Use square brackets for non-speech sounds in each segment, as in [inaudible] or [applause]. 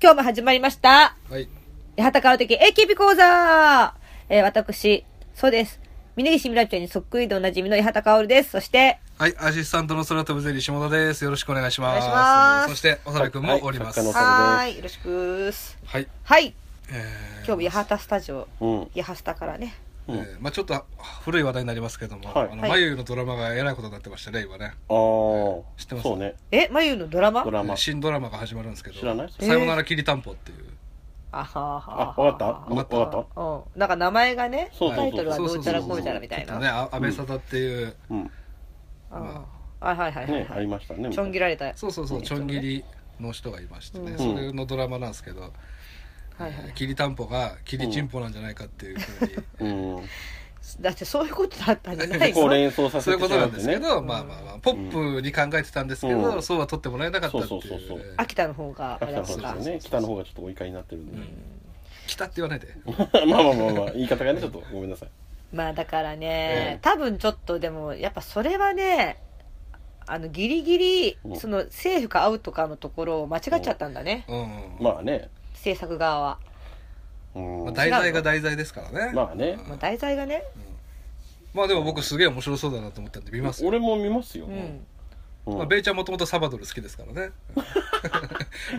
今日も始まりました。はい。八幡川的 AKB 講座えー、私、そうです。峯岸みらちゃんにそっくりでおなじみの八幡薫です。そして、はい、アシスタントの空飛ぶゼリー下田です。よろしくお願いしお願ます。いしますそして、おさらくんもおります。ははい。い作はー家い、よろしくーす。はい、えー今日も八幡スタジオ、うん。八幡スタからね。えーまあちょっと古い話題になりますけども、はいあの、はい眉のドラマがえらいことになってましたね、今ね。あー知ってますそうね。え、眉のドラマドラマ。新ドラマが始まるんですけど、知らないさよならきりたんぽっていう。あはははあ、わかったわわかかっったたたうん。なんか名前がね、そうそうそうタイトルはどうちゃらこうちゃらみたいちょっとな。ね、あ安倍沙汰っていう、うん。うんあ、はいはいはいね、あはりい。ましたね。ちょん切ら。られた。はいそうそうそう、ねちょん切りの人がいましてね、うんそれのドラマなんですけど、はい。きりたんぽがきりちんぽなんじゃないかっていうふうに、うん。だってそういうことだったんじゃなそいこをの連想さそせういてうことしまなっんでてすけね。ど、まあまあまあ、ポップに考えてたんですけど、うんそうは取ってもらえなかったっていう。そうそうそうそう秋田の方が、あ秋れだ田のか方らですよね。北の方がちょっとお怒りになってるんで。来たって言わないで。 [laughs] まあまあまあまあ、言い方がね、ちょっとごめんなさい。まあだからね、ええ多分ちょっとでもやっぱそれはねあのギリギリうんその政府かアウトかのところを間違っちゃったんだね、うん。まあね。制作側は、うんまあ、。題材が題材ですからね。まあね。まあ、題材がねまあでも僕すげえ面白そうだなと思ったんで見ますよ。俺も見ますよ。う、うんん。まあ、っベイちゃんもともとサバドル好きですから [laughs] ね。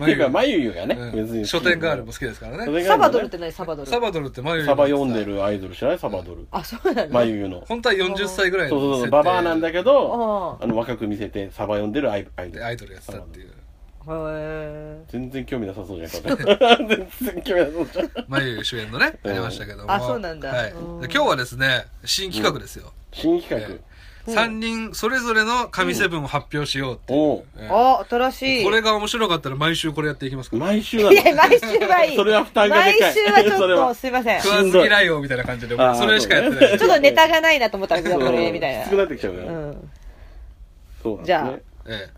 ていうか、まゆゆがね、う別んに。書店ガールも好きですからね。き。サバドルって何サバドルサバドルって眉サバ読んで。るアイドル知らないサバドル。あそうなんだ、まゆゆの。そう本当は40歳ぐらいのそうそ設定う、ババアなんだけど、ああの、若く見せて、サバ読んでるアイアイドでルア。イドルやってたっていう。あへえ全然興味なさそうじゃないか全然興味なさそうじゃん眉主演のね、うあんりましたけども。あそうなんだはい。でうん今日はですね、新企画ですよ。新企うん3人それぞれの神セブンを発表しようって画いう。おえーあ新しいこれが面白かったら毎週これやっていきますかうら。毎週ないやの毎週はいい [laughs] それは負担がでかい毎週はちそれょっとはすいませんち食わず嫌いよみたいな感じで、あーそれしかやってない。ょっとネタがないなと思ったんですそようこれみたいなきつくなってきちゃうから、うんそうなんですねじゃえ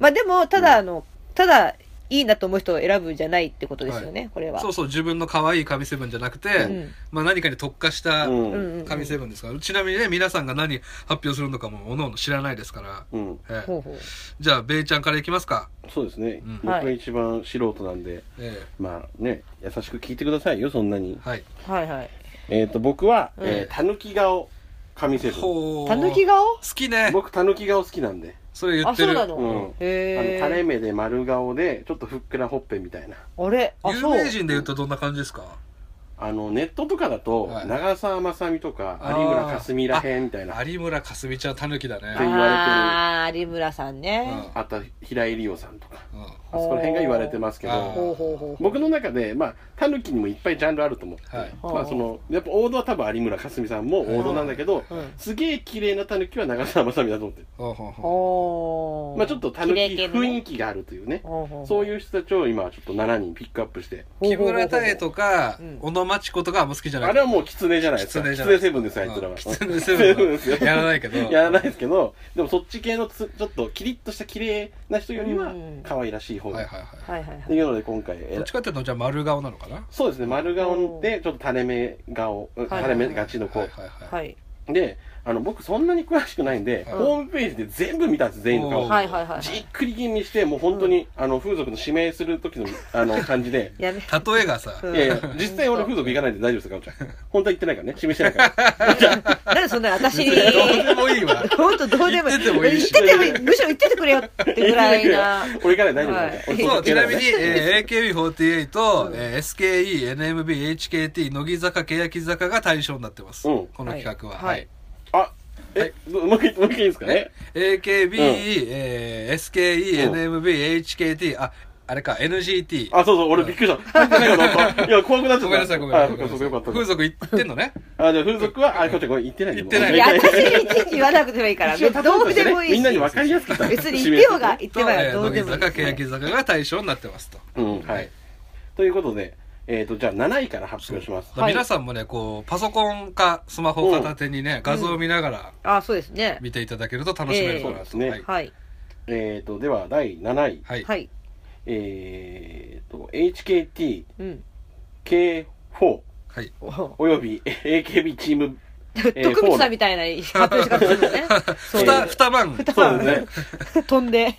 まあでもただあの、ただいいなと思う人を選ぶじゃないってことですよね、これえはそうそう、自分の可愛い神セブンじゃなくて、んまあ何かに特化したううんんうんうん神セブンですから、ちなみにね、皆さんが何発表するのかも、おのおの知らないですから、うん、えほえうほうじゃあ、ベイちゃんからいきますか。そうですね、うん僕が一番素人なんで、えまあね優しく聞いてくださいよそんなにえはい。はいはい。えっ、と僕は、うんえー、たぬき顔神セブン好ほう。たぬき顔好きね。僕たぬき顔好きなんで、それ言あ、ってそうるな。の、うんあのへ垂れえ。目で丸顔でちょっとふっくらほっぺみたいなあれあ、有そう。名人で言うとどんな感じですかあのネットとかだと、はい長澤まさみとかあー有村架純らへんみたいな有村架純ちゃんたぬきだね。て言われてるあー、有村さんうんね。あと平井理央さんとかうんあそこら辺が言われてますけあーどほうほうほう。僕の中でまあタヌキにもいっぱいジャンルあると思ってて、はいまあそのやっぱ王道は多分有村架純さんも王道なんだけど、うんすげえ綺麗なタヌキは長澤まさみだと思ってる、ほうほうほほう。まあちょっとタヌキ綺麗系のね雰囲気があるというねほうほうそうういう人たちを今ちょっと7人ピックアップしてほう。う木ほうほうほう。村多江とかうん、小野真知子とかあんま好きじゃないあれはもう狐じゃないですか狐じゃ狐ないセブンですよあいつらはキツネセブンはやらないけど。 [laughs] やらないですけどでもそっち系のつちょっとキリッとした綺麗な人よりはうん可愛らしい方が、はいはいははい。いはいっはてい。いうので今回どっちかっていうと、じゃあ丸顔なのかなそうですね丸顔でちょっと垂れ目顔うんはい垂れ目がちの子、はいはいはい。はい。であの僕そんなに詳しくないんで、はいホームページで全部見たんです全員のお顔ーはいはいはい。じっくり吟味してもう本当に、あの風俗の指名する時のあ [laughs] の感じでやめ。例えがさ、うんいやいや実際俺風俗行かないんで大丈夫ですかおちゃん本当は行ってないからね指名してないからなんでそんな私にどう。でもいいわ。ほんとどうでもいい。言っててもいい言っしててもいいむしろ言っててくれよってぐらいな。俺行かない大丈夫だから、はい俺そう、ちなみに、 [laughs] ねえー AKB48、えー SKE、NMB、HKT、乃木坂、欅坂が対象になってます。うんこの企画は。はいあえ、どもう一回もう一回いいですかね AKB、うんえー SKE、うん NMB、HKT、あ、あれか、NGT。あそうそう俺びっくりした入ってないからなんかいや怖くなっちゃったごめんなさい、ごめんなさい。あそうかそうかよかった風俗行ってんのね。あじゃあ風俗はあこっちゃんこれ行ってないんで行ってないいや、私にいちいち言わなくてもいいから。一応例どえとうしてでねもいいし。みんなに分かりやすくさ別に言ってよが、言ってと、よえがーどうで乃木もいい。坂、欅坂が対象になってますと。うんはいということでえっ、とじゃあ7位から発表しますはい皆さんもね、こう、パソコンかスマホ片手にね、画像を見ながらあ、そうですね。見ていただけると楽しめるかなと。ええそうですねはいはい。えー、とでは第7位、はい。はい。えー、と HKT うん。 K4 はい。おおよび AKB チー [laughs] ムえー徳光さんみたいな発表し方するのね。 [laughs] そふう。た、ふたばん。そうですね飛んで。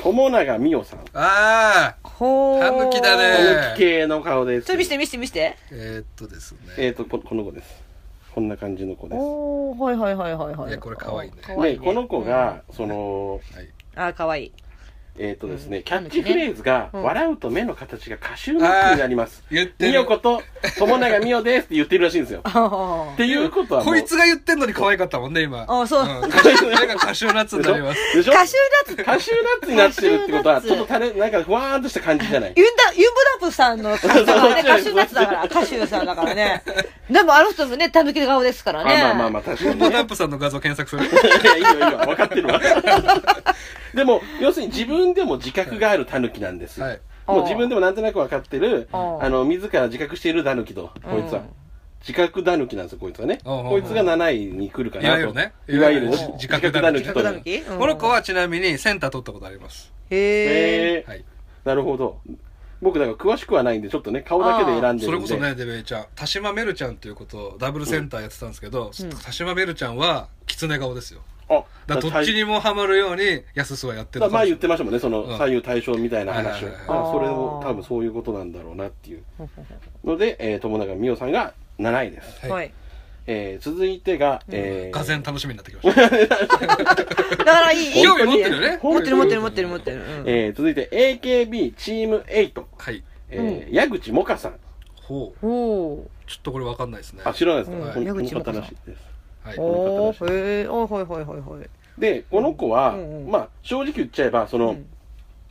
友永美桜さんああ、ほー。タヌキだね狸系の顔です。ちょっと見せて見せて見せて。えーっとですね。えっ、とこ、この子です。こんな感じの子です。おー、はいはいはいはいはいい。やこれ可愛いね可愛で、この子が、その、はい。うんあー、可愛 [laughs] い。えっ、とですうね、んキャッチフレーズが、うん笑うと目の形がカシューナップになります。言ってみるよこと、友永みよですって言ってるらしいんですよ。あーっていうことはもう、こいつが言ってんのに可愛かったもんね、今。あそうんカシュー。目がカシューナッツになり [laughs] ます。でしょカシューナッツ、カシューナッツになってるってことは、カシちューナッょっとツたれ、なんかふわーんとした感じじゃない。ユンダ、ユンブランプさんの、うそうそ [laughs] うねカシューナッツだから、カシューさんだからね。でもあの人もね、たぬき顔ですからあ、ね。まあまあまあ、確かフにンボねダ。ンプさんの画像検索する。いやいいよいいよ、分かってるわ。 [laughs] でも、要するに自分でも自覚があるタヌキなん [laughs] ですよ。はい。もう自分でもなんとなく分かってる、うんあの、自ら自覚しているタヌキと、こいつうはん。自覚ダヌキなんですよ、こいつはね。うんうんうんこいつが7位に来るかいわなと。ゆるね。いわゆる自自自覚覚ダだヌぬキき。と。自覚狸へうんこの子はちなみにセンター取ったことあります。へえ。え。はい。なるほど。僕、だから詳しくはないんで、ちょっとね、顔だけで選んでそるれんこで。そね、デベイちゃん、田島メルちゃんということをダブルセンターやってたんですけど、うん田島メルちゃんは狐顔ですよ。あ、だからどっちにもハマるように、やすすはやってだるかからもしれな前い言ってましたもんね、そうのん左右対称みたいな話を。はいだはいかはいはいらそれも多分そういうことなんだろうなっていう。ので、えー、友永美桜さんが7位です。は。はいい。えー、続いてが、えー、がぜん楽しみになってきま [laughs] した。だからいい。 [laughs] 興味持ってるよね。持ってる持ってる持ってる持ってる。うんえー、続いて AKB チーム8、はい。えー、矢口もかさん。ほう。おー。ちょっとこれわかんないですね。あ、知らないですか、うんこの矢口もこかのさん方らしいです。はい。おー、へえ。あはいはいはいはい。で、この子は、うんうんまあ、正直言っちゃえば、その、うん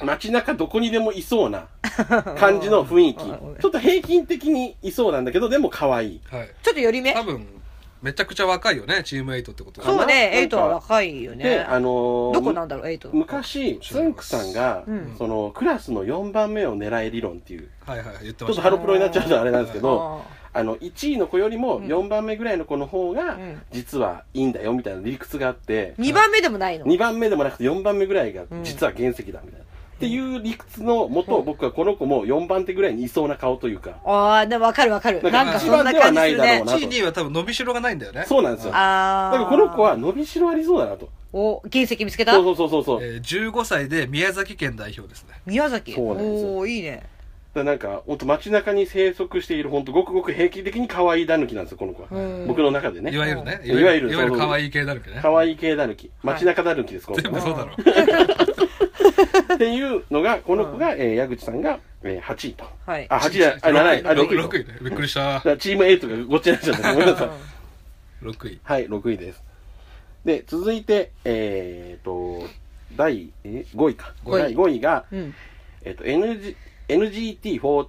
街中どこにでもいそうな [laughs] 感じの雰囲気。 [laughs] うんうんちょっと平均的にいそうなんだけど、でも可愛い。はい。ちょっと寄り目多分、めちゃくちゃ若いよね、チームエイトってことはそうね、エなんかイトは若いよで、ね。あのーどこなんだろう、エイト。昔、つんくさんが、うんその、クラスの4番目を狙い理論っていう、はいはい、言ってちまょっしたとハね。ロプロになっちゃうとあれなんですけど、ああの、1位の子よりもうん4番目ぐらいの子の方が、うん実はいいんだよみたいな理屈があっーて、二番目でもないの。 2番目でもなくて4番目ぐらいがうん実は原石だみたいな。っていう理屈のもと、僕はこの子も4番手ぐらいにいそうな顔というか、ああ、でもわかるわかる。なんなかんかそんな感じする一番ではないだろねうな。と1位、2位は多分伸びしろがないんだよね。そうなんですよ。だかああ。らこの子は伸びしろありそうだなと。お、原石見つけたそうそうそうそう。だかえー15歳で宮崎県代表ですね。宮崎。そうなんですよおー、いいね。らなんか、ほんと街中に生息している、ほんとごくごく平均的に可愛いダヌキなんですよ、この子は。うん僕の中でいね。わゆるね。いわゆるいわゆるそうそう可愛い系になるけどね。可愛い系ダヌキ。街中ダヌキです、この子全部は。そうだろ。っていうのが、この子が、えー矢口さんが、えー8位と。はいあ、8位じゃ、あ、7位。あ、 6 6位。位。 6位ね。びっくりしただか。らチーム8がごっちゃになっちゃった。ごめんな [laughs] さい。 6位。はい、6位です。で、続いて、えーと、第え5位か。五位第5位が、うん。えっ、と、NG、NGT48 は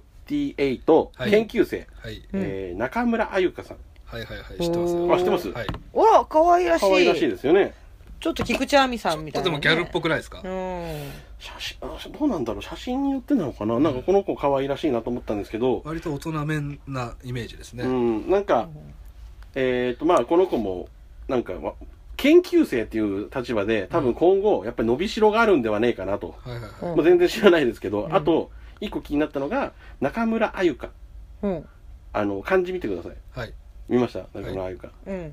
い研究生、はい。うんえー中村あゆかさん。はいはいはい。知ってますおよ。ーあ、知ってますはい。おら、可愛らし可愛らしいい。ですよね。ちょっと菊池亜美さんみちたょいなね。っとでもギャルっぽくないですかうん。写真、あどうなんだろう写真によってなのかななんかこの子可愛らしいなと思ったんですけど、割と大人面なイメージですうね。ん、なんか、えっ、と、まあ、この子も、なんか、わ研究生っていう立場で、多分今後、やっぱり伸びしろがあるんではねえかなと。はいはいはい。うんまあ、全然知らないですけど、うんあと、一個気になったのが、中村あゆか。うん。あの、漢字見てください。はい。見ました中村あゆか。うん。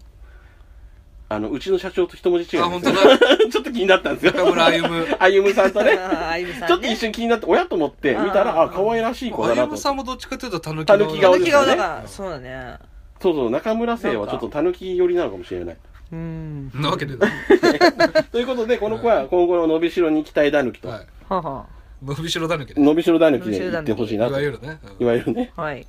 あの、うちの社長と一文字違いあ、なん本です当よ。だ。 [laughs] ちょっと気になったんですよ。中村歩む。あゆむさん [laughs] とね。あーあゆみさんねちょっと一瞬気になって、親と思って見たら、あーあ、可愛ら [laughs] しい子だ歩なと。むそさうんもどっちかというとたぬき狸た顔ぬですきよ顔ねだから、そうだね。そう、中村生はちょっと狸寄りなのかもしれない。うん。 [laughs] なわけでない。ということで、この子は今後の伸びしろに期待だぬきと、はい。はは。伸びしろだぬきね。伸びしろだぬきで言ってほしいいなと。わいゆるね。うんわゆ [laughs] るね。はい。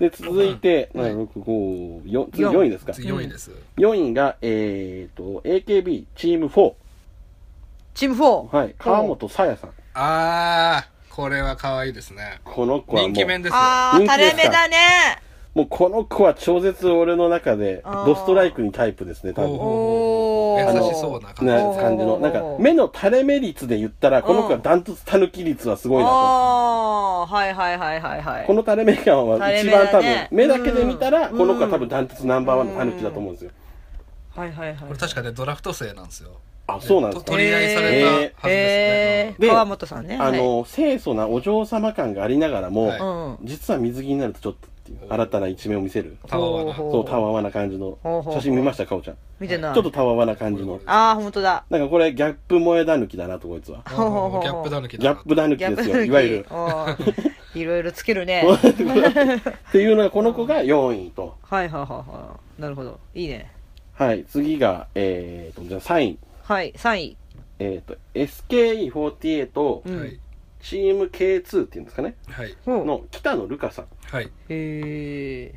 で、続いて、はい6、5、4、次四4位ですか。次4位です。 4位が、えーと、AKB チーム4。チーム4。はい。川本さやさん。あー、これは可愛いですね。この子は人も気う、面ですよ。あ人ー、気垂ですれか目だね。もうこの子は超絶俺の中で、あードストライクにタイプですね、多分。お優ー。しそうな感じねですおー感じの。なんか、目の垂れ目率で言ったら、この子はダントツたぬき率はすごいなと。あー、はいはいはいはいはい。この垂れ目感は垂れ一目だ番ね多分、目だけで見たら、うんこの子は多分ダントツナンバーワンのたぬきだと思うんですよ。はいはいはい。これ確かね、ドラフト生なんですよ。あ、そうなんですとか。取り合いされたはずですえね。ー、で川本さんね。あの、清楚なお嬢様感がありながらはもい、はい、うん。実は水着になるとちょっとってっていう新たな一面を見せるたわわなほうそうたわわな感じのほうほう写真見ましたかおちゃん見てない。ちょっとたわわな感じのああ、ほんとだ。なんかこれギャップ萌えだぬきだなとこいつは [laughs] ほうほうほうギャップだぬきギャップだぬきですよいわゆるる。[laughs] いろいろつけるね。はいっていうのがこの子が4位とはいはいはい。なるほど。いいね。はい次がえーとじゃあ3位はい、3位。えーと SKE48 うんはいチーム K2 っていうんですかねはいほう。の北野ルカさんはいへ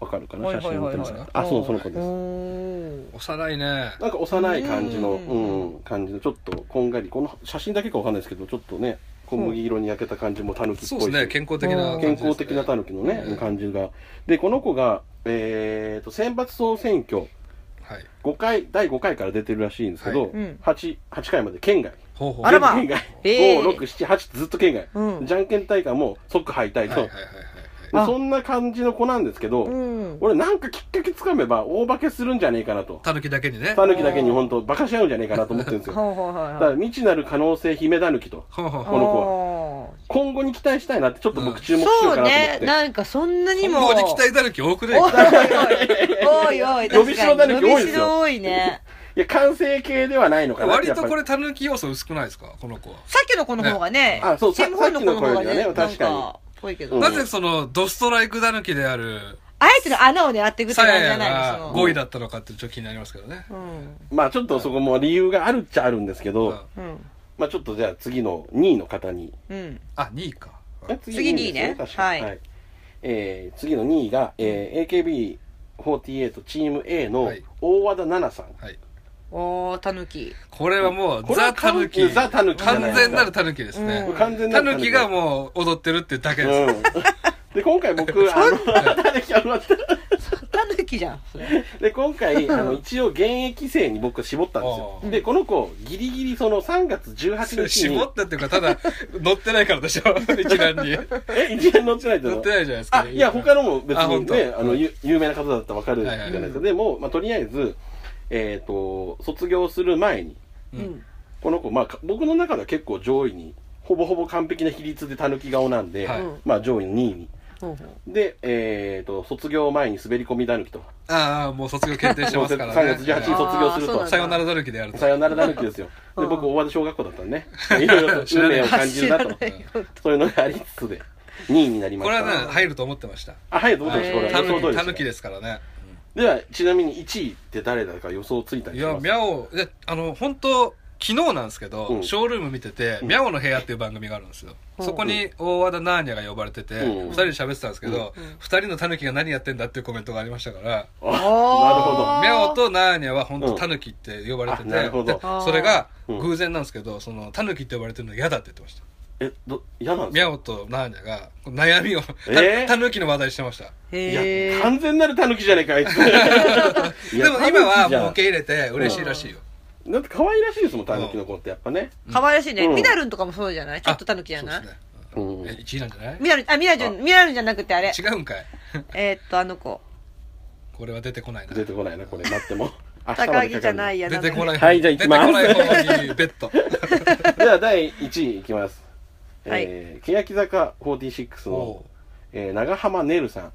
わかるかなはい写真見てますはいかはいはいあそうその子ー。ですおー。幼いねなんか幼い感じの、うんうん、感じの、ちょっとこんがり、この写真だけかわかんないですけど、ちょっとね、小麦色に焼けた感じもタヌキっそうぽいですしね健康的な感じ健ですね康的なタヌキのね、うん感じが。で、この子が、えーと、選抜総選挙、はい5回、第5回から出てるらしいんですけど、はいうん8、8回まで県外。ほうほうあらま県外。えー5、6、7、8ってずっと県外。うんじゃんけん大会も即敗退はいはいと。はいはいであそんな感じの子なんですけど、うん。俺なんかきっかけつかめば大化けするんじゃねえかなと。たぬきだけにねタヌキだけに本当馬鹿し合うんじゃねえかなと思ってるんですよ。ほうほうはいだからはい。未知なる可能性姫だぬきとほうほうこほうの子子今後に期待したいなってちょっと僕注目してるそかうなと思っね。て、なんかそんなに本も。郷に期待だぬき多くねおいおいおいおいおい。伸びしろだらけ多い伸でびすしよろ多いね。いや完成形ではないのかな割とやっこぱりれたぬき要素薄くないですかこの子はさっきの子の方がね。あそうチームホイの子の方がさっきの子よりね。はね確かになんぽいけど。うんなぜそのドストライクだぬきであるあえての穴を狙っていくってさ感じじやゃやないのがその5位だったのかってちょっと気になりますけどねうん。まあちょっとそこも理由があるっちゃあるんですけど、うんうん。まあちょっとじゃあ次の2位の方にうん。あ2位かえ次2位ねです確かにはいえー次の2位が、えー AKB48 チーム A のはい大和田奈々さん、はいおー、たぬ [laughs] き。これはもうこれザ・はタヌキザタヌキじゃ完ない全なるタヌキですねうん完全なタるヌキがもう踊ってるってだけですうんで今回僕あの [laughs] タヌキあのたぬきじゃん。それで今回あの一応現役生に僕絞ったんですあよでこの子ギリギリその3月18日 [laughs] に絞ったっていうかただ乗ってないからでしょ [laughs] 一覧にえ一覧乗っ [laughs] てないって乗こっとてないじゃないですかあいや他ののも別あ本に当ねあのゆ有名な方だったら分かるじはゃいなはいいですかでもまあとりあえずえっと卒業する前にううんん。この子まあか僕の中では結構上位にほぼほぼ完璧な比率でたぬき顔なんではいうんまあ上位の2位にほうほうでえっと卒業前に滑り込みたぬきとああもう卒業決定して [laughs] もまうす3から月18日ね卒業するあーそうとなんさよならタヌキであるとさよならだぬきですよ。うで、ん僕、大和田小学校だったんでね、いろいろと運命を感じるなと知ら、ないことそういうのがありつつで、2位になりまこしれた。はね入ると思ってましたあ、はい、どうぞ、こへーれタは予想ヌキタ通りでヌすキね。ですからねでは、ちなみに1位って誰だか予想ついたいりしやまミすャオいやあの本当昨日なんですけど、うんショールーム見てて「うんミャオの部屋」っていう番組があるんですよ、うんそこに大和田ナーニャが呼ばれてて、二うん2人で喋ってたんですけど、う二ん2人のタヌキが何やってんだっていうコメントがありましたから、ああーなミャオとナーニャは本う当んタヌキって呼ばれてて、あなるほどでそれがうん偶然なんですけどそのタヌキって呼ばれてるの嫌だって言ってましたるほど。え、ど、嫌なんミですャオとナーニャがこの悩みを、えータヌキの話題してましたかいへや、ー。完全なるタヌキじゃねえか、あいつ。いでやも今は狸じゃんもう受け入れて嬉しいらしいよ、だって可愛らしいですもん、タヌキの子って、やっぱね。かわいらしいね。うんミダルンとかもそうじゃないちょっとたぬきじゃそうなでいすね、ううんん、え。1位なんじゃないミダルン、あ、ミダルじゃん、ミダルンじゃなくてあれ。違うんかいえーっと、あの子。これは出てこないな出てこないな、これ、待っても。明日ま高で木かじかゃるないや。出てこないいはいじゃあ行きます出てこない方にベッド [laughs] では、第1位いきます。はいえー、欅坂46のおうえー長浜ねるさん。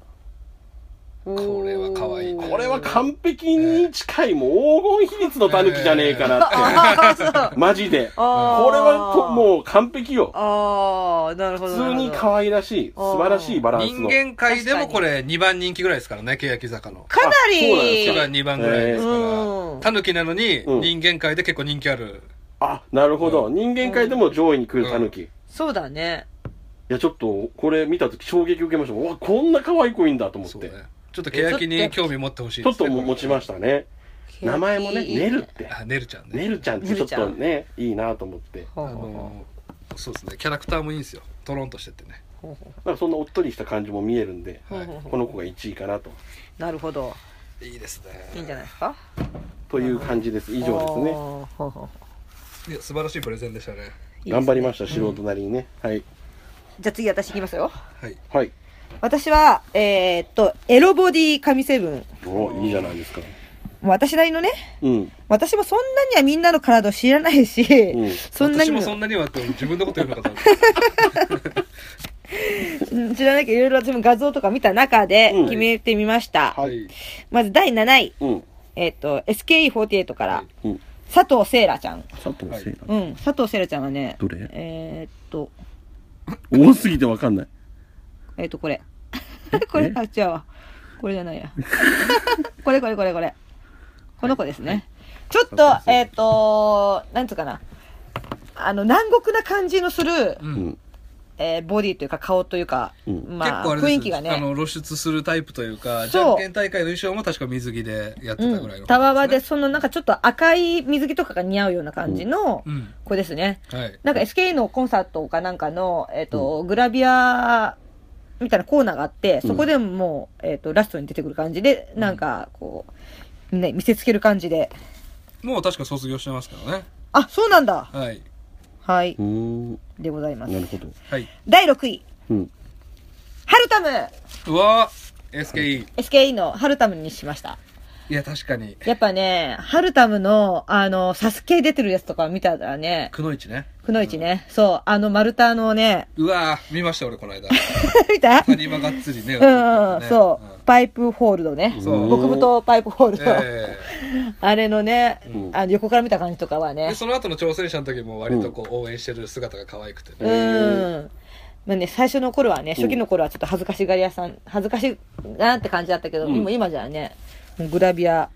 これは可愛いねこれは完璧に近い、もう黄金比率のタヌキじゃねえかなっあーそう。て。マジで。こあーれはともう完璧よ。ああ、なるほ普ど。なる通ほどに可愛らしい、あー素晴らしいバランス人の。間界でもこれ2番人気ぐらいですからね欅坂のかなあそうなんですり一よ番2番ぐらいですかうらんタヌキなのにうん人間界で結構人気あるあ、なるほど。人間界でも上位に来るタヌキ。いそうだね。や、ちょっと、これ見たとき衝撃受けました。うわ、こんな可愛い子いいんだと思っそうてね。ちょっと欅に興味持ってほしいちょっとも持持ちましたね。名前もね、ねるって。あねるちゃんねねるちゃんってちょっとね、いいなと思って。ほうあほうほのそうですねキャラクターもいいんですよトロンとしててねうほうほなんかそんなおっとりした感じも見えるんで、うほうほうほこの子が1位かなと。うなるほど。いいですいいんじゃなねいですかという感じです。以以上ですね。いや素晴らしいプレゼンでしたね頑張りました、素人なりにね。はい。じゃあ次私いきますよ。はいはい。私は、えーっと、エロボディ神セブン。おいいじゃないですか。もう私なりのね、うん。私もそんなにはみんなの体を知らないし、うんそんなに私ももそんなにはって自分のこと言うのかと思っうん知らなきゃいろいろ私も画像とか見た中でうん決めてみました。 [laughs] はいい。まず第7位、うん。えっ、と、SKE48 から、はいうん。佐藤聖羅ちゃん。佐藤聖奈。うん、佐藤聖羅ちゃんはね、どれえーっと、多すぎてわかんない。えーっと、これ。 [laughs] これ、あ、違うわ。これじゃないや。 [laughs] これこれこれこれ。この子ですね。ちょっ佐藤聖と、えーっと、なんつうかな。あの、南国な感じのする、う。うんん。えーボディというか顔というか、うん、まあ、結構あれです雰囲気がね。あの露出するタイプというかじそうゃんけん大会の衣装も確か水着でやってたぐらいの、タワワで、そのなんかちょっと赤い水着とかが似合うような感じのうん子ですね。はいなんか SKE のコンサートかなんかの、えっ、と、グラビアみたいなコーナーがあって、そこでもう、えっ、と、ラストに出てくる感じで、なんかこう、ね、見せつける感じで。もう確か卒業してますからねあ、そうなんだはいはいうーん。でございますな。るほど。はい第6位、うん。ハルタムうわー SKE !SKE のハルタムにしました。いや確かにやっぱね、ハルタムの、あの、サスケ出てるやつとか見たらね、くのいちねくのいちね、そう、あの、丸太のね、うわー見ました俺この [laughs] 間見た谷間がっつりねうん、そう、んパイプホールドね。そうん極太パイプホールド。えあれのね、うんあの横から見た感じとかはえねで。その後の挑戦者の時も割とこう応援してる姿が可愛くてうね、ん。まあね、最初の頃はね、初期の頃はちょっと恥ずかしがり屋さん、恥ずかしいなって感じだったけど、うん今、今じゃね、もうグラビア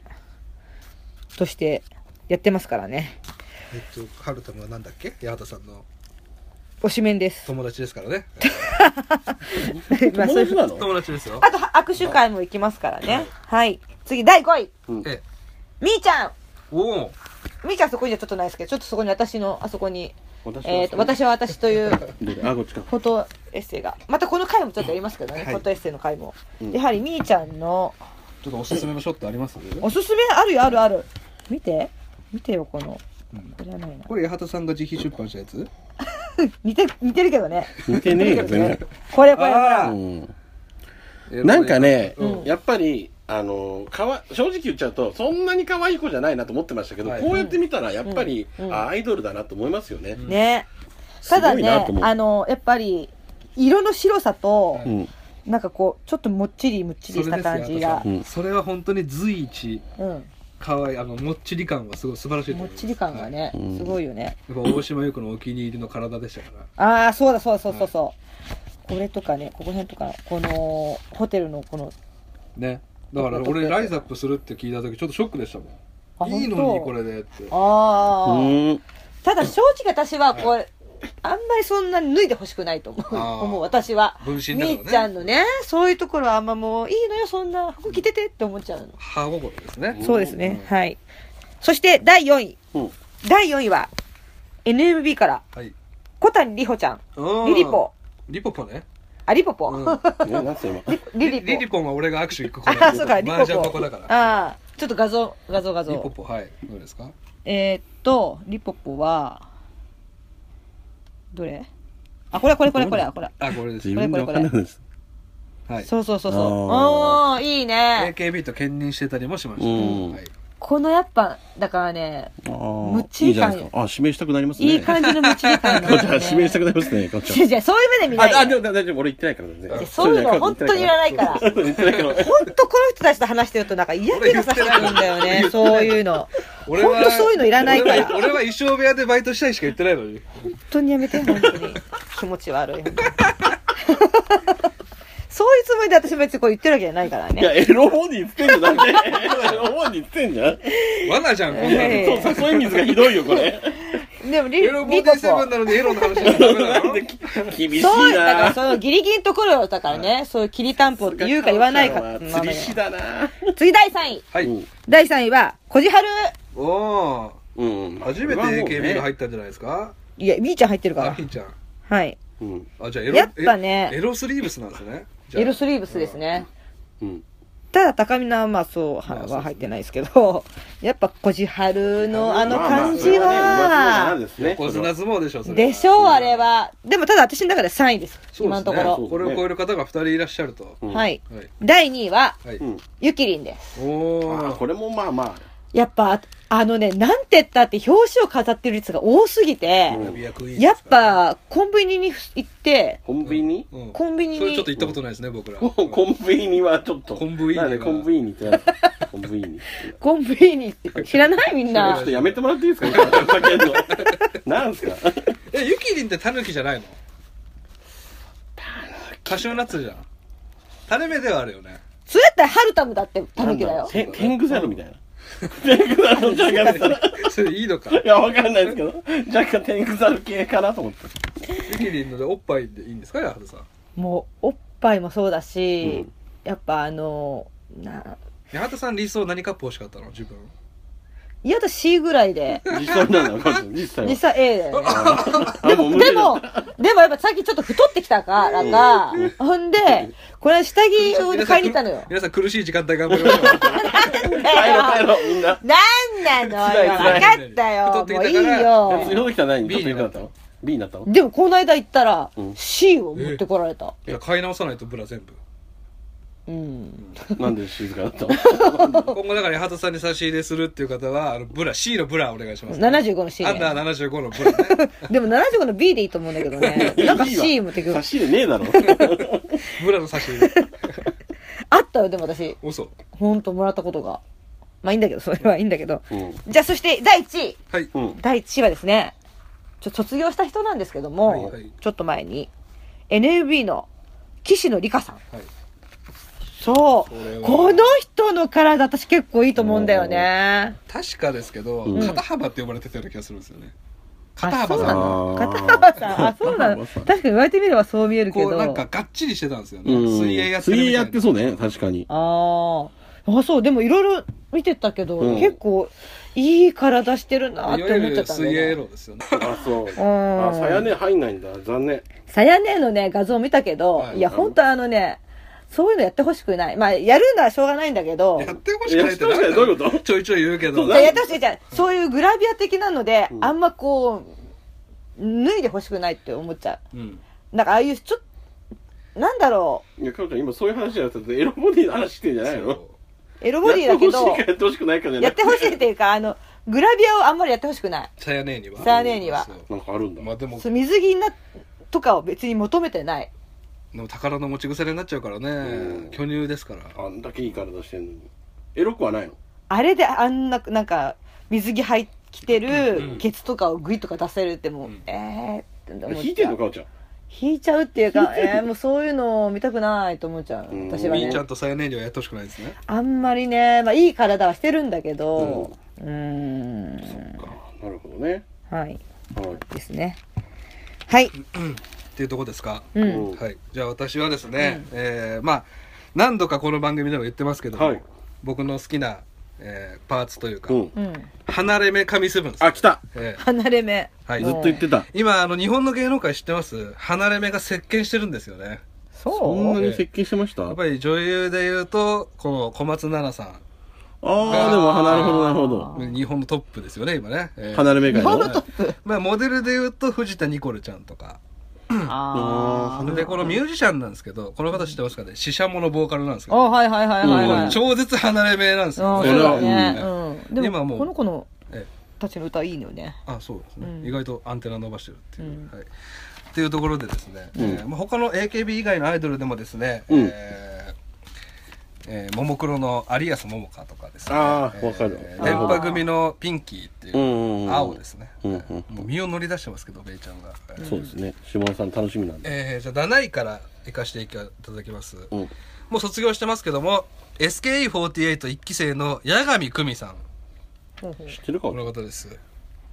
としてやってますからね。えっとハルタムはなんだっけ八幡さんの推しメン [laughs] です。友達ですから [laughs] ねまあそうい友う達なの友達ですよあと、握手会も行きますからね。はい。次、第5位。うんえみーちゃんおおみーちゃんそこにはちょっとないですけど、ちょっとそこに私の、あそこに、私はえっ、と、私は私というどれあ、こっちか。フォトエッセイが。またこの回もちょっとやりますけどね、はいフォトエッセイの回も。うんやはりみーちゃんの、ちょっとおすすめのショットありますおすすめあるよ、あるある。見て。見てよ、この。うんこれはないな。これ八幡さんが自費出版したやつ似て、似てるけどね。似てねえよ、全然。これ、これ、ほらあうーん。なんかね、うんやっぱり、あのかわ正直言っちゃうとそんなに可愛い子じゃないなと思ってましたけど、はいこうやって見たらやっぱり、うんあアイドルだなと思いますよね。ね。すただごいなねと思、うあの、やっぱり、色の白さとは、うんなんかこう、ちょっともっちりもっちそりれしでたすよ感じがあと。うさんそれは本当に随一うん。可愛いあのもっちり感はすごい素晴らしいとも思っいますちり感がね、うんすごいよね。やっぱ大島優子のお気に入りの体でしたからああ、そうだ、そうだ、そうそうそう。これとかね、ここ辺とか、この、ホテルのこの、ねだから俺ライズアップするって聞いた時ちょっとショックでしたあもんいいの本に当これでってああ。うんただ正直私はこれ、あんまりそんなに脱いでほしくないと思う。あー思う私は。分身だからねみーちゃんのね、そういうところはあんまもういいのよ、そんな服着ててって思っちゃうの。歯心ですねそうですね。はい。そして第4位。うん第4位は、NMB から、はい小谷里穂ちゃん、うんリリポ、リポポねあ、リポポ、うんねな [laughs] んすか今リリポ。リリポンは俺が握手行く子あ、 [laughs] そうか、リマージャンポのポ。子だからああ、ちょっと画像、画像、画リポ像。ポはいどうですかえーっと、リポポは、どれあ、これこれこれこれ、これ。あこれです自ね分でわかんなくなるはいそうそうそうそう。おあー、いいね。 AKB と兼任してたりもしましたうんはいこのやっぱ、だからね、あむーっちり感いいじゃないですか。あ、指名したくなりますね。いい感じの道に感がこあっちるはね。指名したくなりますね、こっ [laughs] ちいはやいやそういう目で見ないあ、あでで。も大丈夫、俺言ってないから全然。そういうの本当にいらないから。本言ってないから。当この人たちと話してるとなんか嫌気がさしてくるんだよ [laughs] ね。そういうの。俺はほんとそういうのいらないから俺は俺は衣装部屋でバイトしたいしか言ってないのに本当にやめて、本当に。気持ち悪い。本当にそういうつもりで私別にこう言ってるわけじゃないからいや、ね。エロ本に言ってんじゃなくて、エロ本に言ってんじゃん。罠じゃんこんなえのえそう、誘い水がひどいよ、これ。でもリエリロリポポ。 47なのにエロの話はダメななんので厳しいそう、だかならそのギリギリのところをだからね、そういうきりたんぽって言うか言わないかはっていうのは釣ねり師だな次第3位。はい、うん第3位は、こじはる。おおうん。初めて AKB が入ったんじゃないですかいや、みーちゃん入ってるかアらフ。ィちゃんはい。うん。あじゃあエロやっぱねエロエロスリーブスなんですねじゃあエルスリーブスですね。うん。ただ、高見のは、まあ、そう、はまあそうですねは入ってないですけど、やっぱ、こじはるのあのまあまあ感じまあそれはね上手いなは、ですね。横綱相撲でしょそれでしょう、あれは。でも、ただ、私の中で3位です。そうで今すのねとこそろ。うこれを超える方が2人いらっしゃるとうん、はい。はい第2位は、はいうん。ゆきりんです。おあーおこれもまあまあ。やっぱ、あのね、なんてったって表紙を飾ってる率が多すぎて、グラビアクイーンやでっすからぱ、コンビニに行って、コンビニ、うんコンビニそれにちょっと行ったことないですね、僕ら。コンコンビニはちょっと。コンビニはなんでコンビニってなんだコンビ [laughs] ニ。ちコンビニって知らないみんょなっと。やめてもらっていいですかふざけんのなんすかえ、ゆきりんってタヌキじゃないのカシューナッツじゃん。種目ではあるよね。 [laughs] それやったらハルタムだってタヌキだなんよ。て天狗猿みたいな。天狗猿じゃなかっそれいいのかた。。いや、わかんないですけど。若干天狗猿系かなと思って。ゆきりんのでおっぱいでいいんですか、矢作さん。もう、おっぱいもそうだうしん、やっぱあの、な、矢作さん理想何カップ欲しかったの自分。いやだ C ぐらいで、実際なのか実際は実。際 A だよね。ででも、でも、やっぱ最近ちょっと太ってきたからか、ほんで、これ下着を買いに行ったのよ。皆さん苦しい時間帯頑張りましょ帰ろ帰ろ、みんな。なんなのよ。辛わかい辛いった太よ。ってきもうたいいからよ。洋崎さん何 B ちょっと良くなったにの ?B になったのでも、この間行ったらう、ん C を持ってこられた。う。いや、買い直さないとブラ全 [laughs] 部。うん。なんで静かだったの今後だから矢作さんに差し入れするっていう方は、あの、ブラ、C のブラお願いします、 75の C ねアンダー75のブラね。でも75の B でいいと思うんだけどね。 [laughs] なんか C 持ってくる差。し入れねえだ [laughs] ろ。ブラの差し入れ。あったよ、でも私。嘘。ほんともらったことが。まあいいんだけど、それはいいんだけど。うん。じゃあ、そして、第1位。はい。うん。第1位はですね、ちょ卒業した人なんですけども、はいはいちょっと前に、NUB の岸野里香さん。はい。そこれう。はこの人の体、私結構いいと思うんだよね。確かですけど、うん肩幅って呼ばれてたような気がするんですよね。肩あ幅そうなさんがのあ片ー幅さん、あ、そうなの。片幅さん確かに言われてみればそう見えるけこうど。なあんかがっちりしてたんですよね。うん水泳やってるみた水い泳なやってそうね、確かに。あー。あ、そう、でもいろいろ見てたけど、うん結構いい体してるなっいてわゆ思っちゃっるたん水だ泳よね。ロですよね。あ、そう。んあ、さやね入んないんだ。残念。さやねのね、画像見たけど、はいい、や、本当あのね、そういうのやってほしくない。まあ、やるのはしょうがないんだけど、やってほしくないっていややってほしくないどういうことちょいちょい言うけそどうい。ややってほしいじゃん。そういうグラビア的なので、うんあんまこう、脱いでほしくないって思っちゃうん。う。なんかああいう、ちょっと、なんだろいや、かおちゃん、今そういう話じゃなくて、エロボディの話してんじゃないのう、エロボディだけど、やってほしいかやってほしくないかじやゃなっくてほしいっていうか、あの、グラビアをあんまりやってほしくない。さやねえには。さやねえにはそうなんかあるんだ。まあでもそ、う水着な、とかを別に求めてない。でも宝の持ち腐れになっちゃうからうねん。巨乳ですから。あんだけいい体してんのに。エロくはないのあれであんな、なんか、水着入ってきてうんうるん、ケツとかをグイッとか出せるってもう、うんえーって思っちゃう。引いてんのかおちゃん。引いちゃうっていうか、えー、もうそういうのを見たくないと思っちゃううん私はみーねちゃんとさやねえにはやってほしくないですね。あんまりね、まあ、いい体はしてるんだけどうーんあなるほどね。はいはい。ですねはいっていうとこですか。うんうんはい。じゃあ私はですね、えーまあ、何度かこの番組でも言ってますけども、はい僕の好きな、えーパーツというか、うん。うん離れ目紙セブンですあ、来たえ離れ目えはいずっと言ってた。今あの日本の芸能界知ってます離れ目が席巻してるんですよねそそうんなに接近してましたやあっぱり女優でいうとこの小松菜奈さあー、でも、あなるほど、なるほど。ん日本のトップですよね今ね、ええ離れ目が日本ののトップまあ、モデルでいうと藤田ニコルちゃんとかあーでこのミュージシャンなんですけどこの方知ってますかねシシャモのボーカルなんですけあどはいはいはいはいはいうんちょ超絶離れ目なんですあーよそそうれだはねうんうんで今ももうこの子のええたちの歌いいのよねあそうですね、うん意外とアンテナ伸ばしてるっていう、うんはい、っていうところでですね、うんえーまあ、他の AKB 以外のアイドルでもですね、うんえーえーももクロの有安桃香とかですねあーえーわかる電波組のピンキーっていうんううんうん。青ですね、うんうんもう身を乗り出してますけどベイちゃんが、えーそうですね。下田さん楽しみなんで。えーじゃあ7位から行かしていただきます、うん。もう卒業してますけども SKE481 期生の八神久美さんほうほう知ってるこかおちゃのん方です、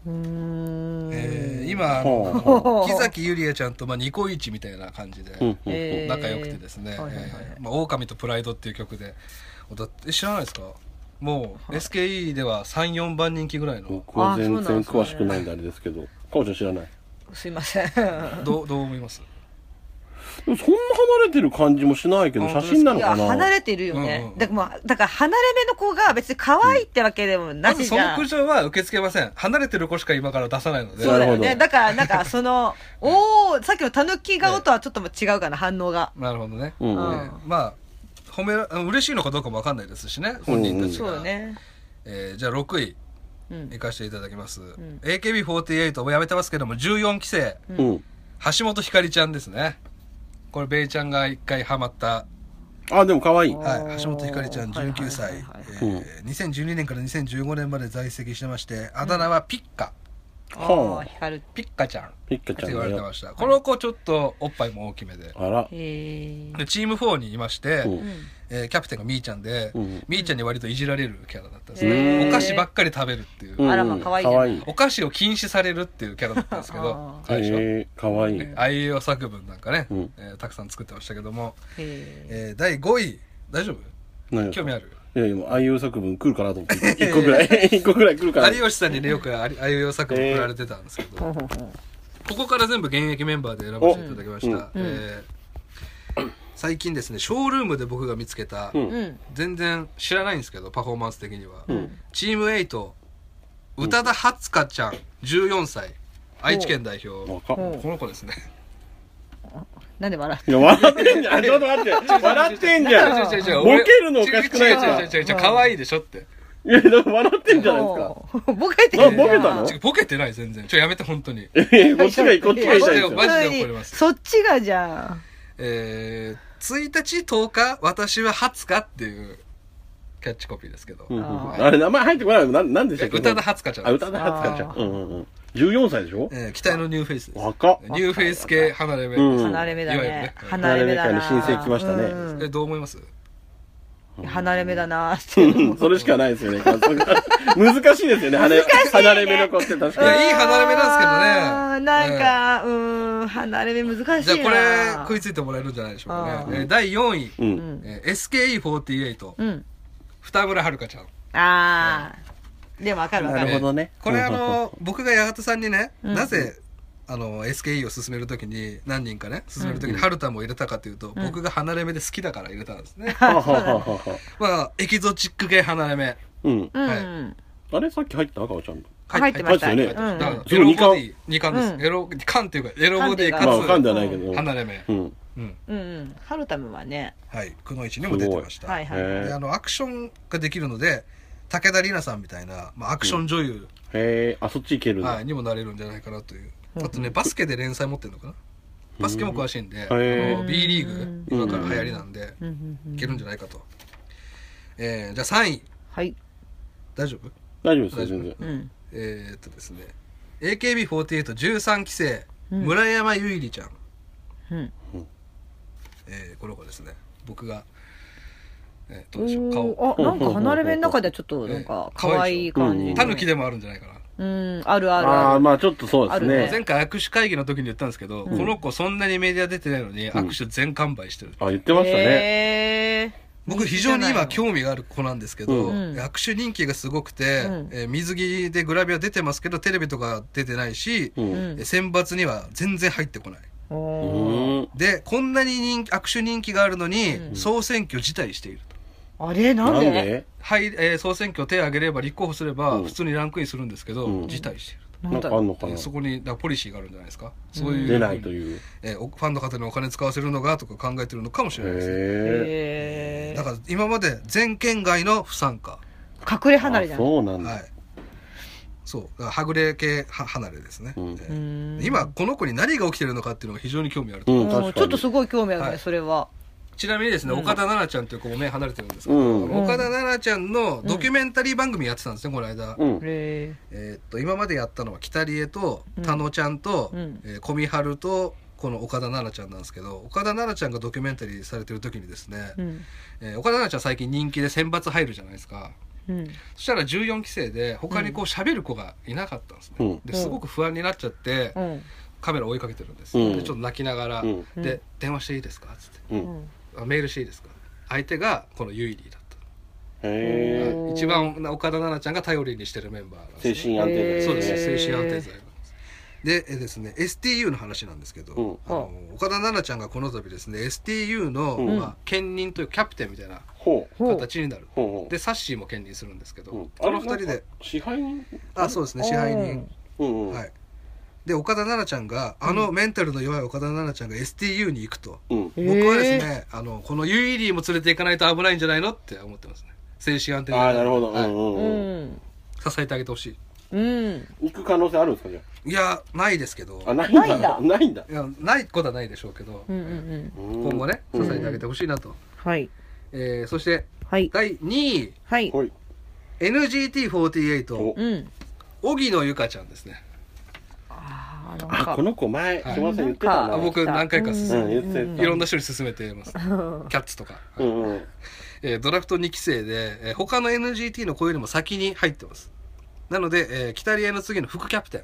うーんえー今あのはあ木崎ゆりえちゃんとまあニコイチみたいな感じで、うんうんうんえー仲良くてですね「えはいはいはいーまあ狼とプライド」っていう曲で歌ってえ知らないですかもう SKE では34番人気ぐらいの僕は全あそうなん然ですね詳しくないんであれですけど。かおちゃん知らない。すいませんどうどう思いますでもそんな離れてる感じもしないけど、本当写ですか真ないのやかな離れてるよね、うんうんだからまあだから離れ目の子が別に可愛いってわけでもなましずじそのゃん、苦情は受け付けません離れてる子しか今から出さないのでそうだよなるねほどだからなんかそ [laughs] のおおさっきのたぬき顔とはちょっとも違うかな反応がなるほどね、うんえーまあ褒めら嬉しいのかどうかもわかんないですしね本人たちそうが、だねえーじゃあ6位うん行かせていただきます、ん AKB48 もやめてますけども14期生うう。ん橋本ひかりちゃんですねこれベイちゃんが一回ハマった、あ、でも可愛い。あはーい、橋本ひかりちゃん19は歳いはいはいはいえー2012年から2015年まで在籍してましてあだ名はピッカ、あはあ、光る。ピッカちゃんっピッカてちゃん言わだれてまよ。したこの子ちょっとおっぱいも大きめであら。へえ。でチーム4にいまして、うんうんえーキャプテンがみーちゃんで、うんみーちゃんに割といじられるキャラだったんですへねーお菓子ばっかり食べるっていう、うんあらま可愛いじゃ可ない愛い。お菓子を禁止されるっていうキャラだったんですけどあー最初、えー、可愛い。ね愛用作文なんかね、うんえーたくさん作ってましたけども、へえ。えー第5位大丈夫何が興味あるいやいや、もうああいう作文来るかなと思って。一個ぐらい。一個ぐらい来るかな。有吉さんにねよくありあいうえお作文振られてたんですけど、ほうほうほうここから全部現役メンバーで選ばせていただきました、おうんえー最近ですねショールームで僕が見つけた、うん。うん。全然知らないんですけどパフォーマンス的には、うんチーム8宇多田初香ちゃん14歳愛知県代表若っうんこの子ですねなんで笑いや、笑ってんじゃん。ちょっと待って。笑ってんじゃん。違う違う違うボケるのおかしくないですか違う違う違う違う違う可愛いでしょっていや、でも笑ってんうじゃないですか。か。ボケてるあボケたの違うボケてない全然ちょやめて本当にえこっちがいい、こっちがいいじゃないですマか。ジで怒りますそっちがじゃん。えー、1日10日私は20日っていうキャッチコピーですけど、うんうんあーあれ、名前入ってこないのなんなんでしたっけ歌田初香ちゃんあ、です歌田初香ちゃん。うんうんうん。14歳でしょえー期待のニューフェイスです若っ。 [laughs] ニューフェイス系離れ目、うん離れ目だいわゆるねね。離れ目だな。離れ目からの申請来ましたねえね。どう思います離れ目だなって。うんそれしかないですよね、感想が難しいですよね、離れ離れ目の子って確いかに。やいい離れ目なうんんなですけどねんか、うん、離れ目難しいじゃな。あこれ食いついてもらえるんじゃないでしょうかね、えー第4位、う。うんん。えー SKE48 うん。二村遥ちゃんああ。でもわかるわかなるる。ほどねえーこれあの僕が八幡さんにね、うんなぜあの SKE を進めるときに何人かね進めるときに春田も入れたかというと、うん僕が離れ目で好きだから入れたんですね、ははははは。まあエキゾチック系離れ目うん。うはいん。あれさっき入った赤尾ちゃん。入ってました。入ってだまうしんたかよらエロボねうん二デ冠ィ二冠です、うんエロ缶っていうかエロボデ缶っていィかつ、うまかあ、わかんではないけど。離れ目、うん。うんうんうん。ハルタムはね。はいくのいちにも出てました、はいはい。へであのアクションができるので武田里奈さんみたいな、まあ、アクション女優、へえ、あ、そっち行けるんだ。はい、にもなれるんじゃないかなといううんあとねバスケで連載持ってるのかなバスケも詳しいんで、ーあの B リーグ今から流行りなんで、うんうんうんいけるんじゃないかと、えー、じゃあ3位はい。大丈夫大丈夫ですよ、全然。うん。えー、っとですね AKB4813 期生うん村山優里ちゃん、うん。えー、この子ですね僕が、えー、どうでしょう顔おーあ、なんか離れ目の中ではちょっと、なんか、可愛い感じ。タヌキでもあるんじゃないかなうん、あるあるあああ、る。まあちょっとそうですあるね。ね前回握手会議の時に言ったんですけど、この子そんなにメディア出てないのに握手全完売してる、あ、言ってましたね。へ僕非常に今興味がある子なんですけど、うん握手人気がすごくて、うんえー水着でグラビア出てますけどテレビとか出てないし、う。ー。うんえんー選抜には全然入ってこないうんおー。でこんなに人気握手人気があるのに、うん総選挙辞退しているとあれなんなんでではい、えー総選挙手挙げれば立候補すればうん普通にランクインするんですけど、うん辞退しているななんんだかあろんうのかえなーそこにだからポリシーがあるんじゃないですか、そういう出ないという。えーおファンの方にお金使わせるのがとか考えてるのかもしれないですねへえ。へだから今まで全県外の不参加、ー隠れ離れじあゃん。そうなんはだい。そうだからはぐれ系は離れですね、うんえうーん今この子に何が起きてるのかっていうのが非常に興味あると、うん、確かうに。んちょっとすごい興味あるはいね、それは。ちなみにですね、岡田奈々ちゃんという子も目離れてるんですけど、うん岡田奈々ちゃんのドキュメンタリー番組やってたんですねこの間、うん。へえーっと今までやったのは北里江と田野ちゃんと、うんえー小見春とこの岡田奈々ちゃんなんですけど岡田奈々ちゃんがドキュメンタリーされてる時にですね、ーうんえー岡田奈々ちゃん最近人気で選抜入るじゃないですかうんそしたら14期生で他にこう喋る子がいなかったんですね、うんですごく不安になっちゃってうんカメラ追いかけてるんです、うんでちょっと泣きながら、うんうんで「電話していいですか?」っつってうん。あ「メールしていいですか?」相手がこのユイリーだったへえ。一番岡田奈々ちゃんが頼りにしてるメンバーなんですね精神安定へ剤ーそうです精神安定剤なんですでえですね STU の話なんですけど、うんあの岡田奈々ちゃんがこの度ですね STU の、うんまあ、兼任というキャプテンみたいなほう。ほう形になるほうほう。でサッシーも兼任するんですけど、うんこの二人。あれなんでか支配人あそうですね支配人うんうん。はい、で岡田奈々ちゃんがあのメンタルの弱い岡田奈々ちゃんが STU に行くと、うん。へー僕はですねあのこのユイリーも連れて行かないと危ないんじゃないのって思ってますね精神安定ああ、なるほど。うはいんううんうん。ん。支えてあげてほしうん。行く可能性あるんですかじゃいいやないですけどあ。あ、ないんだ。ないんだ [laughs] ないんだ。いやないことはないでしょうけど、うんうんうん。今今後ね支うんえてあげてほしいなと、はい。えーそしてはい。第2位はい。はい。 NGT48 おうん。荻野由香ちゃんですねああ、なんあ、かこ。の子前、はいすいません、言ってたあな。僕何回か進うん言ってた言っていろんな人に勧めて [laughs] ますうんキャッツとか、うんうん。えードラフト2期生で、えー他の NGT の子よりも先に入ってますなので、えー、北リエの次の副キャプテン、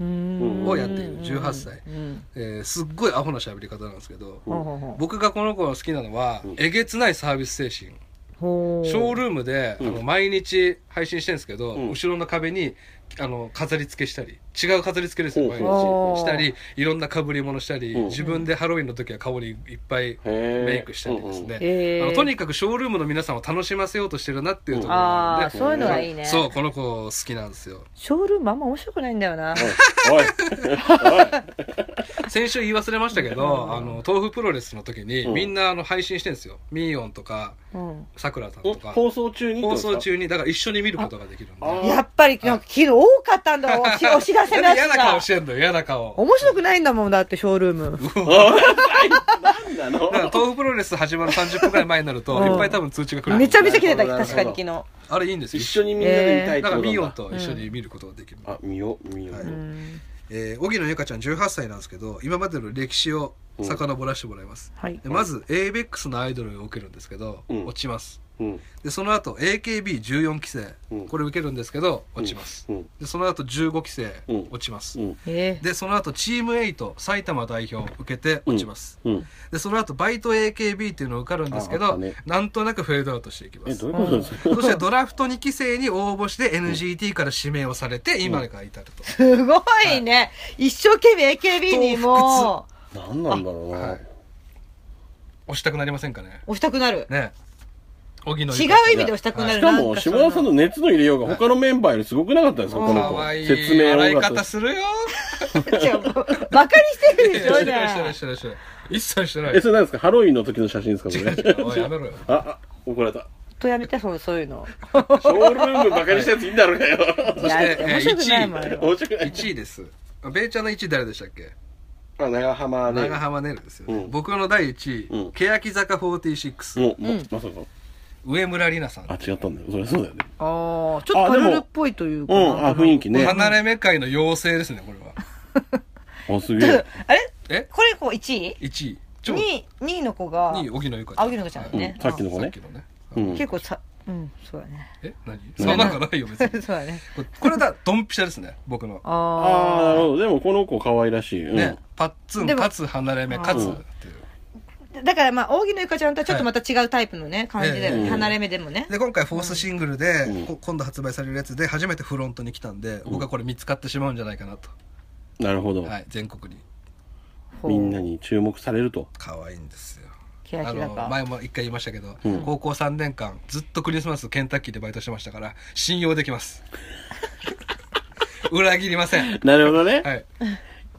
うんをやっている18歳うん。えーすっごいアホな喋り方なんですけどほうほうほう僕がこの子の好きなのは、うんえげつないサービス精神ほう。ショールームで、うんあの毎日配信してるんですけど、うん後ろの壁にあの飾り付けしたり違う飾り付けですよほう毎日ほうしたりいろんな被り物したり、うん自分でハロウィンの時は顔にいっぱいへえ。メイクしたりですね、えあえのとにかくショールームの皆さんを楽しませようとしてるなっていうところあなあ、んで、そういうのがいいね。そうこの子好きなんですよショールームあんま面白くないんだよな。うん [laughs] うん。おい。おい。先週言い忘れましたけうどんあの豆腐プロレスの時にうんみんなあの配信してるんですよミーヨンとかうん。さくらさんおとか放送中にってこ放とですか送中にだから一緒に見ることができるんでああやっぱり、なんか、昨日多かったんだ、おしお知らせのなんやで嫌つな顔がし。てんだよ嫌な顔面白くないんだもんだって、ショールーム。おいなんなのだから豆腐プロレス始まる30分ぐらい前になるとうんいっぱい多分通知が来るめちゃめちゃ切れた、なるほ確どかに昨日。。あれいいんですよ一緒にみんなで見たいだからってことなんだミーヨンと一緒に見ることができるあ、見よう、見よう。はいううんえー荻野由香ちゃん18歳なんですけど今までの歴史を遡らせてもらいますはいで。まず ABEX のアイドルを受けるんですけど、うん落ちますうん。でその後 AKB14 期生、うんこれ受けるんですけど落ちます、うん。でその後15期生、うん落ちます、うん。えでその後チーム8埼玉代表受けて落ちます、うん。でその後バイト AKB っていうのを受かるんですけああっど、たねなんとなくフェードアウトしていきまえ、すどういうことですかそしてドラフト2期生に応募して NGT から指名をされて今が至ると、えすごいね。一生懸命 AKB にも何なんだろうは。ない押したくなりませんかねう、押したくなる。ね荻野違由香う意味で押したくなる。しかなんも、かそ下の田さんの熱の入れようが他のメンバーよりすごくなかったですかうんこのかわい子。い説明洗い多かった方。するよ違う、もうバカにしてるで [laughs] しょ、じしてゃなあいしてないしてない一切してないえ、それ何ですかハロウィンの時の写真ですか [laughs] こ違うれ。違うおいやめろよあ、あ、怒られた。ほんとやめて、そうそういうの。ショールームバカにしたやついいんだろう [laughs] がよ。いや、えー面白くないもん [laughs] 一よ。面白くない。 1位ですあベイちゃんの1位誰でしたっけあ、長浜ね。長浜ねるですよね、うん僕の第1位、うん欅坂46、もう、もう、うんまさか。上村里奈さんあ、違ったんだよ。それそうだよね。ああ、ちょっとカルルっぽいというか。うん、あ、雰囲気ね。離れ目会の妖精ですねこれはちょっと。あ、すげえ [laughs] あれえこれこう1位1位超 ?2 位、2位の子が、 2位荻野由香あ荻野由香ちゃんはいねうんさっきの子さっねき。のねうん。結構さ、うん、そうだね。え何そんなことないよ別 [laughs] にそうだね。これこれだドンピシャですね僕のああ、なるあほど。でもこの子可愛らしい。うんね、パッツンでもかつ離れ目かつっうんていうあ。だからまあ、扇のゆかちゃんとはちょっとまた違うタイプのね、感じだよえね。え離れ目でもね。で今回フォースシングルで、うんこ今度発売されるやつで初めてフロントに来たんで、僕はこれ見つかってしまうんじゃないかなと、なるほど。はい、全国にほうみんな。に注目されると。可愛いんですよ欅あの坂。前も一回言いましたけど、うん高校3年間ずっとクリスマスケンタッキーでバイトしてましたから信用できます [laughs] 裏切りませんなるほどね。はい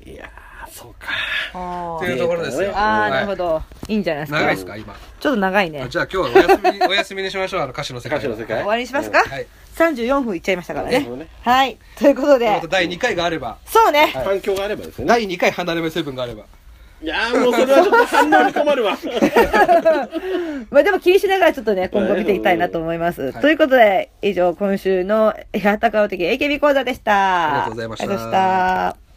いやー、そうか。あってーいうところですよあはー、いなるほど。いいんじゃないです長いか。ですか今ちょっと長いねあ。じゃあ今日はお休みに [laughs] お休みにしましょうあの歌手の世界歌手の世界終わりにしますかはい ?34 分いっちゃいましたからなるねほどね。はい。ということまでた、第2回があればそうね。反響があればですよね。第2回離れ目セブンがあればいやー、もうそれはちょっと反応に困るわ。まあでも気にしながらちょっとね、今後見ていきたいなと思います。ということで、以上今週の八幡顔的 AKB 講座でした。ありがとうございましたありがとうございました